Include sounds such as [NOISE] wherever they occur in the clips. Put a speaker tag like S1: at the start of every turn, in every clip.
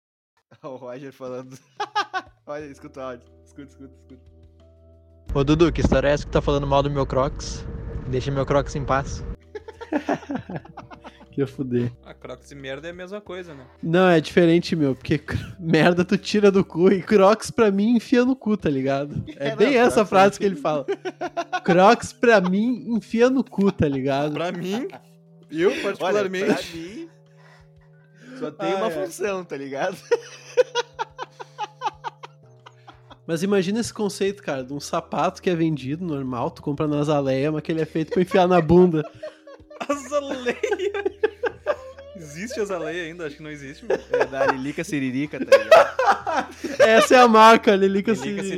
S1: [LAUGHS] o Roger falando. Olha, escuta o áudio. Escuta, escuta, escuta.
S2: Ô Dudu, que história é essa que tá falando mal do meu Crocs? Deixa meu Crocs em paz.
S3: [LAUGHS] Que eu fudei.
S4: Ah, Crocs e merda é a mesma coisa, né?
S3: Não, é diferente, meu, porque cro- [LAUGHS] merda tu tira do cu e Crocs pra mim enfia no cu,
S1: [LAUGHS]
S3: tá ligado? É,
S1: É,
S3: bem
S1: não,
S3: essa
S1: Crocs
S3: frase que
S1: [LAUGHS]
S3: ele fala. Crocs pra mim enfia no cu, tá ligado?
S4: Pra mim, eu particularmente.
S1: Olha, pra mim, só tem
S3: Ah,
S1: uma
S3: é.
S1: função, tá ligado?
S3: Mas imagina esse conceito, cara, de um sapato que é vendido normal, tu compra na Zaleia, mas que ele é feito pra enfiar na bunda.
S4: [LAUGHS] Azaleia! Existe azaleia ainda? Acho que não existe.
S1: É da Lilica Siririca, tá [LAUGHS] ligado?
S3: Essa é a marca, assim. Lilica
S4: Lilica
S3: Siririca.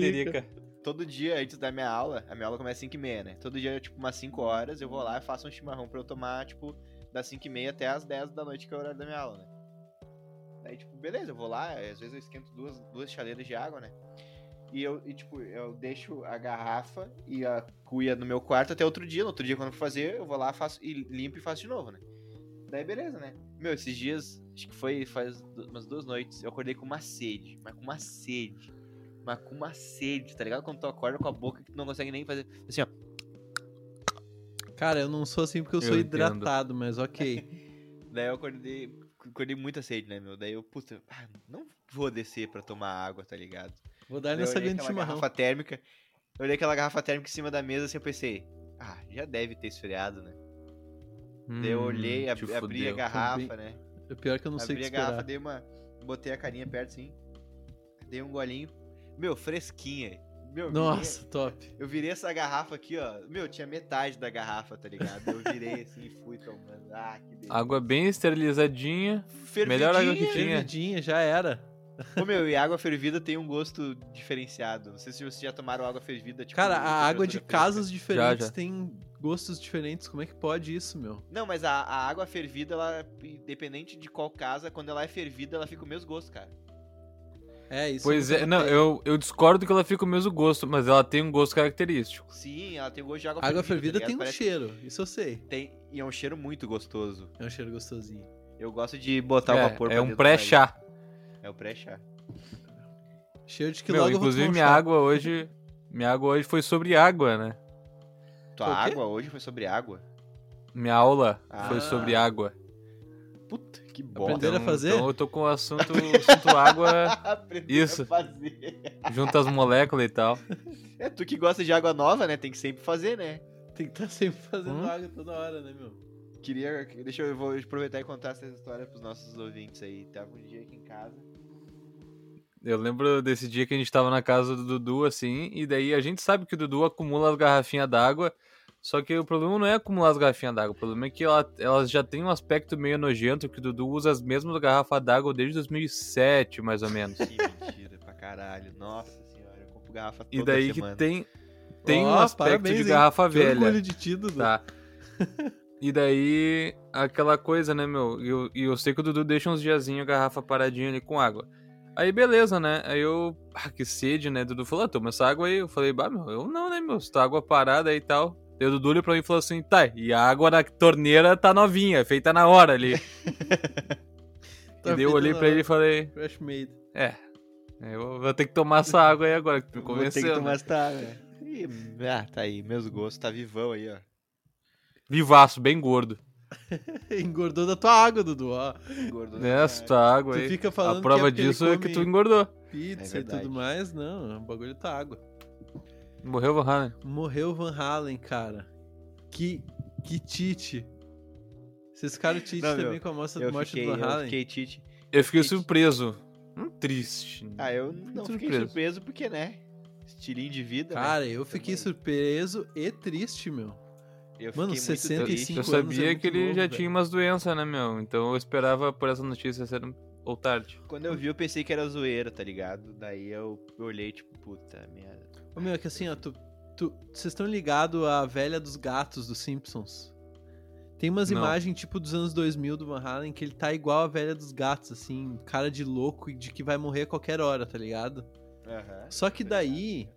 S4: Siririca.
S1: Todo dia, antes da minha aula, a minha aula começa às 5h30, né? Todo dia, tipo, umas 5 horas, eu vou lá e faço um chimarrão pra eu tomar, tipo, das 5h30 até as 10 da noite, que é o horário da minha aula, né? Daí, tipo, beleza, eu vou lá, às vezes eu esquento duas, duas chaleiras de água, né? E eu, e, tipo, eu deixo a garrafa e a cuia no meu quarto até outro dia. No outro dia, quando eu for fazer, eu vou lá faço, e limpo e faço de novo, né? Daí, beleza, né? Meu, esses dias, acho que foi faz du- umas duas noites, eu acordei com uma sede, mas com uma sede, mas com uma sede, tá ligado? Quando tu acorda com a boca que tu não consegue nem fazer, assim, ó.
S3: Cara, eu não sou assim porque eu,
S4: Eu
S3: sou
S4: entendo.
S3: hidratado, mas ok.
S1: Daí eu acordei, acordei com muita sede, né, meu? Daí eu, puta, ah, não vou descer pra tomar água, tá ligado?
S3: Vou dar
S1: Daí eu
S3: nessa
S1: olhei
S3: grande
S1: aquela
S3: chimarrão.
S1: garrafa térmica. Eu olhei aquela garrafa térmica em cima da mesa assim, eu pensei, ah, já deve ter esfriado, né? Daí eu olhei, ab- abri a garrafa,
S3: Hum, também.
S1: né?
S3: O Pior é que eu não sei o
S1: abri
S3: que
S1: a
S3: esperar.
S1: garrafa, dei uma. Botei a carinha perto assim. Dei um golinho. Meu, fresquinha. Meu, eu virei-
S3: Nossa, top.
S1: eu virei essa garrafa aqui, ó. Meu, tinha metade da garrafa, tá ligado? Eu virei assim e fui tomando. Ah, que delícia.
S5: Água bem esterilizadinha.
S1: Fervidinha.
S5: melhor água que tinha.
S3: Fervidinha, já era.
S1: Ô, meu, e água fervida tem um gosto diferenciado. Não sei se vocês já tomaram água fervida. Tipo,
S3: Cara,
S1: em
S3: a água de
S1: temperatura fresca.
S3: casas diferentes
S5: já.
S3: tem gostos diferentes. Como é que pode isso, meu?
S1: Não, mas a, a água fervida, ela, independente de qual casa, quando ela é fervida, ela fica o mesmo gosto, cara.
S3: É isso.
S5: Pois
S3: nunca
S5: é, não,
S3: tem.
S5: eu, eu discordo que ela fica o mesmo gosto, mas ela tem um gosto característico.
S1: Sim, ela tem o gosto de água fervida.
S3: Água fervida
S1: tá
S3: tem um
S1: ligado? Parece-
S3: cheiro, isso eu sei.
S1: Tem, e é um cheiro muito gostoso.
S3: É um cheiro gostosinho.
S1: Eu gosto de
S3: Tá,
S1: botar o
S5: é,
S1: vapor
S5: é
S1: pra
S5: um
S1: dentro do nariz.
S5: pré-chá.
S1: É o pré-chá.
S3: Cheiro de que
S5: Meu,
S3: logo eu vou
S5: inclusive
S3: tomar um
S5: minha
S3: chá.
S5: água hoje. Minha água hoje foi sobre água, né?
S1: Tua
S3: Foi o quê?
S1: água hoje foi sobre água?
S5: Minha aula
S1: Ah.
S5: foi sobre água.
S1: Puta, que bosta.
S3: Aprenderam a fazer?
S5: Então eu tô com o assunto, assunto
S1: [LAUGHS]
S5: água [LAUGHS]
S1: Aprendeu
S5: Isso.
S1: a fazer.
S5: junto às moléculas e tal.
S1: É, tu que gosta de água nova, né? Tem que sempre fazer, né?
S3: Tem que estar sempre fazendo
S5: Hum?
S3: água toda hora, né, meu?
S1: Queria. Deixa eu, eu vou aproveitar e contar essa história pros nossos ouvintes aí. Tava um dia aqui em casa.
S5: Eu lembro desse dia que a gente tava na casa do Dudu, assim, e daí a gente sabe que o Dudu acumula as garrafinhas d'água, só que o problema não é acumular as garrafinhas d'água, o problema é que ela- elas já têm um aspecto meio nojento, que o Dudu usa as mesmas garrafas d'água desde 2007, mais ou menos.
S1: Que mentira pra caralho. Nossa senhora, eu compro garrafa toda
S5: E daí que
S1: semana.
S5: tem, tem
S3: Ó,
S5: um aspecto
S3: parabéns,
S5: de
S3: hein?
S5: garrafa
S3: Que
S5: velha.
S3: orgulho de ti, Dudu.
S5: Tá. E daí, aquela coisa, né, meu? E eu, e eu sei que o Dudu deixa uns diazinhos a garrafa paradinha ali com água. Aí, beleza, né? Aí eu. Ah, que sede, né? Dudu falou, ah, toma essa água aí. Eu falei, bah, meu, eu não, né, meu? Se tá água parada aí e tal. Daí o Dudu olhou pra mim e falou assim, tá, e a água na torneira tá novinha, feita na hora ali.
S3: [LAUGHS] Tá
S5: e daí eu
S3: feita
S5: olhei
S3: na
S5: pra ele
S3: hora.
S5: e falei,
S3: Fresh made. [LAUGHS]
S5: é. Eu vou ter que tomar essa água aí agora,
S3: [LAUGHS]
S5: que tu me
S1: Vou ter que
S5: convenceu. né?
S1: tomar tá, essa água. Ih, ah, tá aí, meus gostos, tá vivão aí, ó.
S5: Vivaço, bem gordo.
S3: Engordou da tua água, Dudu, ó.
S1: Gordo.
S5: Nessa tua Né, água
S3: É. Tu
S5: aí.
S3: fica falando
S5: A prova
S3: que é porque ele
S5: disso é que
S3: come
S5: tu engordou.
S3: pizza
S1: É
S3: e tudo
S1: verdade.
S3: mais. Não, o bagulho tá água.
S5: Morreu, Van Halen.
S3: Morreu o Van Halen, cara. Que, que Tite. Vocês ficaram Tite
S1: Não,
S3: também
S1: meu,
S3: com a moça
S1: Eu
S3: morte
S1: fiquei,
S3: do Van
S1: eu
S3: Halen?
S1: fiquei tite.
S5: Eu fiquei
S1: Triste.
S5: surpreso. Hum, triste. né?
S1: Ah, eu não fiquei
S5: surpreso.
S1: surpreso porque, né? Estilinho de vida. né?
S3: Cara, eu fiquei
S1: Também.
S3: surpreso e triste, meu.
S1: Eu
S3: mano,
S1: fiquei muito
S3: 65
S1: triste.
S5: eu
S3: anos
S5: sabia
S3: é muito
S5: que ele
S3: novo,
S5: já
S3: velho.
S5: tinha umas doenças, né, meu? Então eu esperava por essa notícia ser um, ou tarde.
S1: Quando eu vi, eu pensei que era zoeira, tá ligado? Daí eu olhei, tipo, puta merda.
S3: Ô, meu, é que assim, ó, tu, tu, vocês estão ligados à velha dos gatos dos Simpsons? Tem umas
S5: Não.
S3: imagens, tipo, dos anos 2000 do Van Halen, que ele tá igual a velha dos gatos, assim, cara de louco e de que vai morrer a qualquer hora, tá ligado?
S1: Aham.
S3: Só que daí,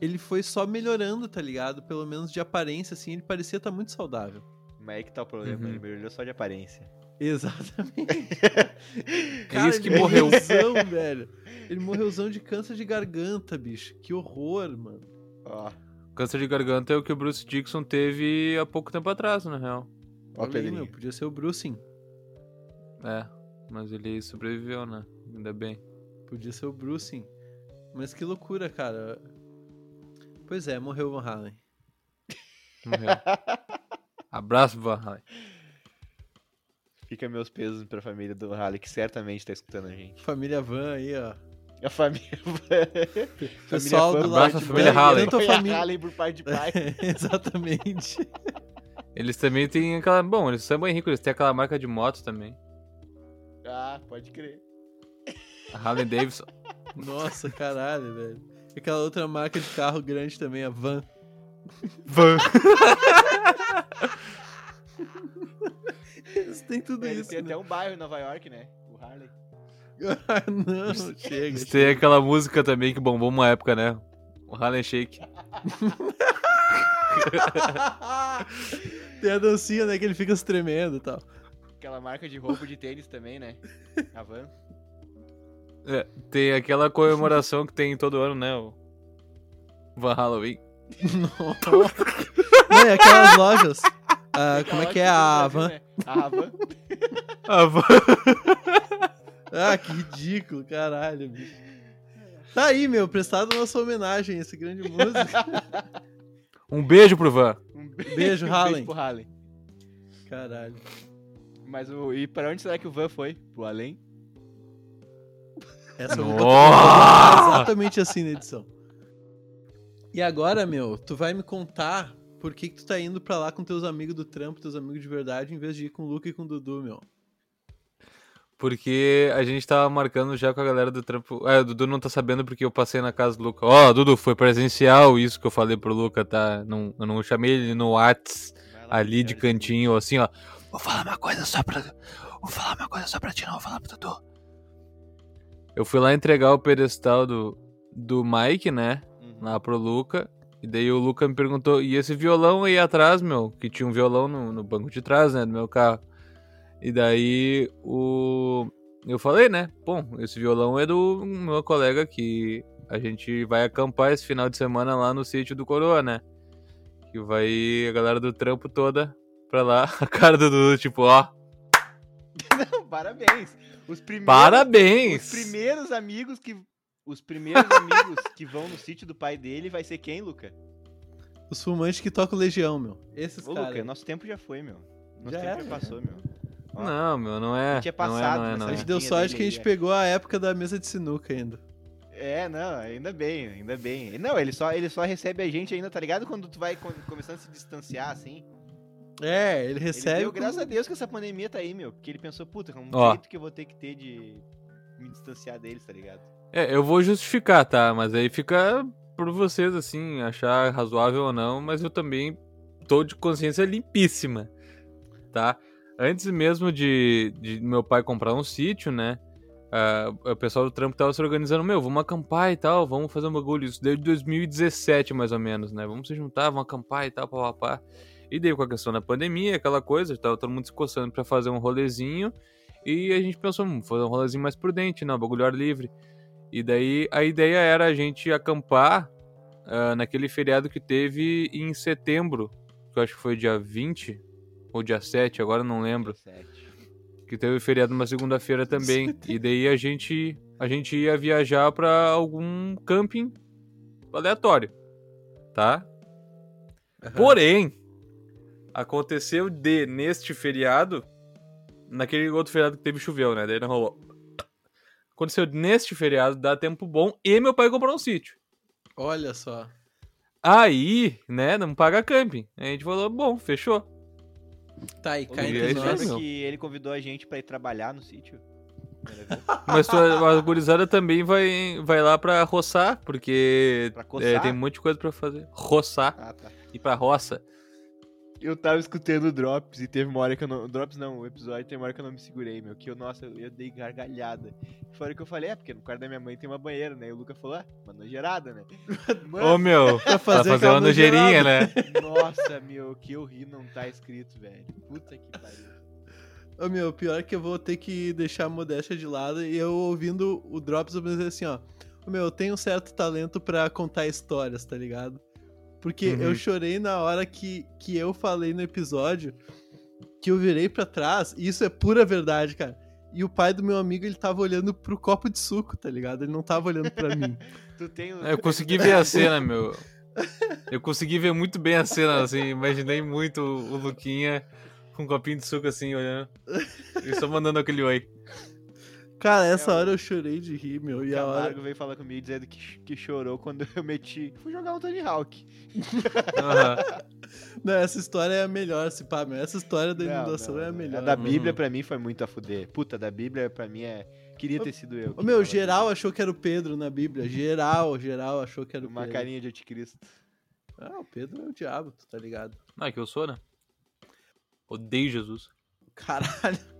S3: ele foi só melhorando, tá ligado? Pelo menos de aparência, assim, ele parecia estar muito saudável.
S1: Mas aí que tá o problema,
S5: Uhum.
S1: ele melhorou só de aparência.
S3: [LAUGHS] Exatamente.
S5: É isso que
S3: ele
S5: morreu.
S3: morreuzão, velho. Ele morreuzão de câncer de garganta, bicho. Que horror, mano.
S1: Ó,
S5: Câncer de garganta é o que o Bruce Dixon teve há pouco tempo atrás, na real.
S1: ó,
S3: Olha aí,
S1: Pedrinho.
S3: meu, podia ser o Brucing.
S5: É, mas ele sobreviveu, né? Ainda bem.
S3: Podia ser o Brucing. Mas que loucura, cara. Pois é, morreu o Van Halen.
S5: Morreu.
S1: [LAUGHS]
S5: Abraço, Van Halen.
S1: Fica meus pesos pra família do Halley, que certamente tá escutando a gente.
S3: Família Van aí, ó.
S1: A família.
S3: Pessoal
S1: Fã,
S3: do
S5: abraço
S3: lado
S5: à
S3: de
S1: [LAUGHS]
S5: família
S3: Van,
S5: Halen.
S3: tanto a
S1: Foi a
S3: família-
S1: Halley por pai de
S3: [LAUGHS]
S1: pai.
S3: Exatamente.
S5: Eles também têm aquela. Bom, eles são bem ricos, eles têm aquela marca de moto também.
S1: ah, pode crer.
S5: A
S1: [LAUGHS]
S5: Harley Davidson.
S3: Nossa, caralho, velho. Aquela outra marca de carro grande também, a Van.
S5: Van.
S3: [LAUGHS] Eles têm tudo
S1: Ele
S3: isso.
S1: tem
S3: né?
S1: até um bairro em Nova York, né? O Harley.
S3: Ah, [LAUGHS]
S1: um [LAUGHS]
S3: não, chega. [LAUGHS]
S5: Eles têm aquela música também que bombou uma época, né? O Harlem Shake.
S1: tá-
S3: chega. Tem a dancinha, né? Que ele fica se tremendo e tal.
S1: Aquela marca de roupa de tênis também,
S3: [LAUGHS]
S1: né? A van.
S5: Tem aquela comemoração que tem todo ano, né? O Van Halloween.
S3: Não, é
S1: [LAUGHS]
S3: aquelas lojas. Ah, como é que é a
S1: Brasil,
S3: Van?
S1: né? A Havan.
S5: A Van.
S3: Ah, que ridículo, caralho, bicho. Tá aí, meu, prestado nossa homenagem a esse grande músico.
S1: [LAUGHS]
S5: Um beijo pro Van.
S1: Um
S3: beijo, Halley.
S1: Beijo pro Halley.
S3: Caralho.
S1: Mas o... e pra onde será que o Van foi? Pro além?
S3: Essa eu vou botar
S5: Nossa!
S3: exatamente assim na edição. E agora, meu, tu vai me contar por que, que tu tá indo pra lá com teus amigos do trampo, teus amigos de verdade, em vez de ir com o Luca e com o Dudu, meu.
S5: Porque a gente tava marcando já com a galera do trampo. É, o Dudu não tá sabendo porque eu passei na casa do Luca. Ó, Dudu, foi presencial isso que eu falei pro Luca, tá? Não, eu não chamei ele no Whats
S1: Vai lá,
S5: ali de
S1: cara,
S5: cantinho, assim, ó. Vou falar uma coisa só pra. Vou falar uma coisa só pra ti, não. Vou falar pro Dudu. Eu fui lá entregar o pedestal do, do Mike, né?
S1: Uhum.
S5: Lá pro Luca. E daí o Luca me perguntou, e esse violão aí atrás, meu? Que tinha um violão no, no banco de trás, né? Do meu carro. E daí o. Eu falei, né? Bom, esse violão é do meu colega que a gente vai acampar esse final de semana lá no sítio do Coroa, né? Que vai a galera do trampo toda pra lá. [LAUGHS] A cara do Dudu, tipo, ó,
S1: Não, [LAUGHS] parabéns. Os primeiros,
S5: parabéns!
S1: Os primeiros amigos que... Os
S5: [LAUGHS]
S1: primeiros amigos que vão no sítio do pai dele vai ser quem, Luca?
S3: Os fumantes que tocam Legião, meu. Esses
S1: Ô,
S3: caras.
S1: Luca, nosso tempo já foi, meu. Nosso
S3: Já
S1: tempo
S3: era,
S1: já né? passou, meu. Ó,
S5: Não, meu, não é.
S1: Tinha
S5: não é,
S1: passado,
S5: não
S1: mas
S5: é,
S1: tá
S5: não
S3: A
S5: é.
S3: gente deu
S1: Tinha
S3: sorte
S1: dele
S3: que a gente
S1: aí, é.
S3: pegou a época da mesa de sinuca ainda.
S1: É, não, ainda bem, ainda bem. Não, ele só, ele só recebe a gente ainda, tá ligado? Quando tu vai com- começando a se distanciar, assim.
S3: É, ele
S1: Ele
S3: recebe.
S1: deu graças a Deus que essa pandemia tá aí, meu. Porque ele pensou, puta, um
S5: Ó.
S1: jeito que eu vou ter que ter de me distanciar deles, tá ligado?
S5: É, eu vou justificar, tá? Mas aí fica por vocês, assim, achar razoável ou não, mas eu também tô de consciência limpíssima, tá? Antes mesmo de, de meu pai comprar um sítio, né? ah, o pessoal do trampo tava se organizando, meu, vamos acampar e tal, vamos fazer um bagulho. Isso desde 2017, mais ou menos, né? Vamos se juntar, vamos acampar e tal, papapá. E daí com a questão da pandemia, aquela coisa, tava todo mundo se coçando pra fazer um rolezinho. E a gente pensou, "Hum, fazer um rolezinho mais prudente, não, bagulho ao ar livre. E daí a ideia era a gente acampar ah, naquele feriado que teve em setembro, que eu acho que foi dia 20 ou dia 7, agora eu não lembro,
S1: Sete.
S5: que teve feriado uma segunda-feira também. E daí a gente a gente ia viajar pra algum camping aleatório, tá? Porém, aconteceu de neste feriado, naquele outro feriado que teve choveu, né? Daí não rolou. Aconteceu neste feriado, dá tempo bom, e meu pai comprou um sítio.
S3: Olha só.
S5: Aí, né, não paga camping. Aí a gente falou, bom, fechou.
S3: Tá, e
S1: Ô,
S3: cá
S5: Luca,
S3: entre
S5: aí
S1: Luca,
S3: nós.
S5: fez,
S1: lembra
S5: meu.
S1: que ele convidou a gente pra ir trabalhar no sítio? Primeira vez?
S5: Mas tua- a gurizada também vai, vai lá pra roçar, porque
S1: Pra
S5: é,
S1: coçar?
S5: tem um monte de coisa pra fazer. Roçar,
S1: Ah, tá.
S5: ir pra roça.
S1: Eu tava escutando o Drops e teve uma hora que eu não. Drops não, o episódio tem uma hora que eu não me segurei, meu. Que eu, nossa, eu, eu dei gargalhada. Foi a hora que eu falei, é, porque no quarto da minha mãe tem uma banheira, né? E o Luca falou, ah, uma nojerada, né?
S5: Ô,
S1: [LAUGHS] Mano,
S5: meu,
S3: Pra
S5: pra fazer
S3: aquela
S5: Tá uma nojeirinha, né?
S1: nossa, meu, o que eu ri não tá escrito, velho. Puta que pariu.
S3: nojeirada. Ô, meu, pior que eu vou ter que deixar a modéstia de lado e eu ouvindo o Drops, eu pensei assim, ó. Ô, meu, eu tenho um certo talento pra contar histórias, tá ligado? Porque
S5: Uhum.
S3: eu chorei na hora que, que eu falei no episódio que eu virei pra trás, e isso é pura verdade, cara. E o pai do meu amigo, ele tava olhando pro copo de suco, tá ligado? Ele não tava olhando
S1: [LAUGHS]
S3: pra mim.
S1: Tu tem um o-
S5: né? Eu consegui ver a cena, meu. Eu consegui ver muito bem a cena, assim. Imaginei muito o o Luquinha com um copinho de suco, assim, olhando. E só mandando aquele oi.
S3: Cara, essa
S1: É, o-
S3: hora eu chorei de rir, meu. E a
S1: Camargo
S3: hora.
S1: veio falar comigo dizendo que, que chorou quando eu meti. Fui jogar um Tony Hawk.
S5: Aham.
S3: Não, essa história é a melhor, se pá, meu. Essa história da
S1: Não,
S3: inundação
S1: não,
S3: é a
S1: não.
S3: melhor.
S1: A da
S5: Uhum.
S1: Bíblia pra mim foi muito a fuder. Puta, a da Bíblia pra mim é. Queria ter sido eu.
S3: Ô,
S1: que
S3: meu,
S1: tava
S3: geral achou que era o Pedro na Bíblia. Geral, geral achou que era
S1: com
S3: o
S1: Uma
S3: Pedro.
S1: carinha de anticristo.
S3: Ah, o Pedro é o
S5: é
S3: diabo, tu tá ligado?
S5: Ah, que eu sou, né? Odeio Jesus.
S3: Caralho.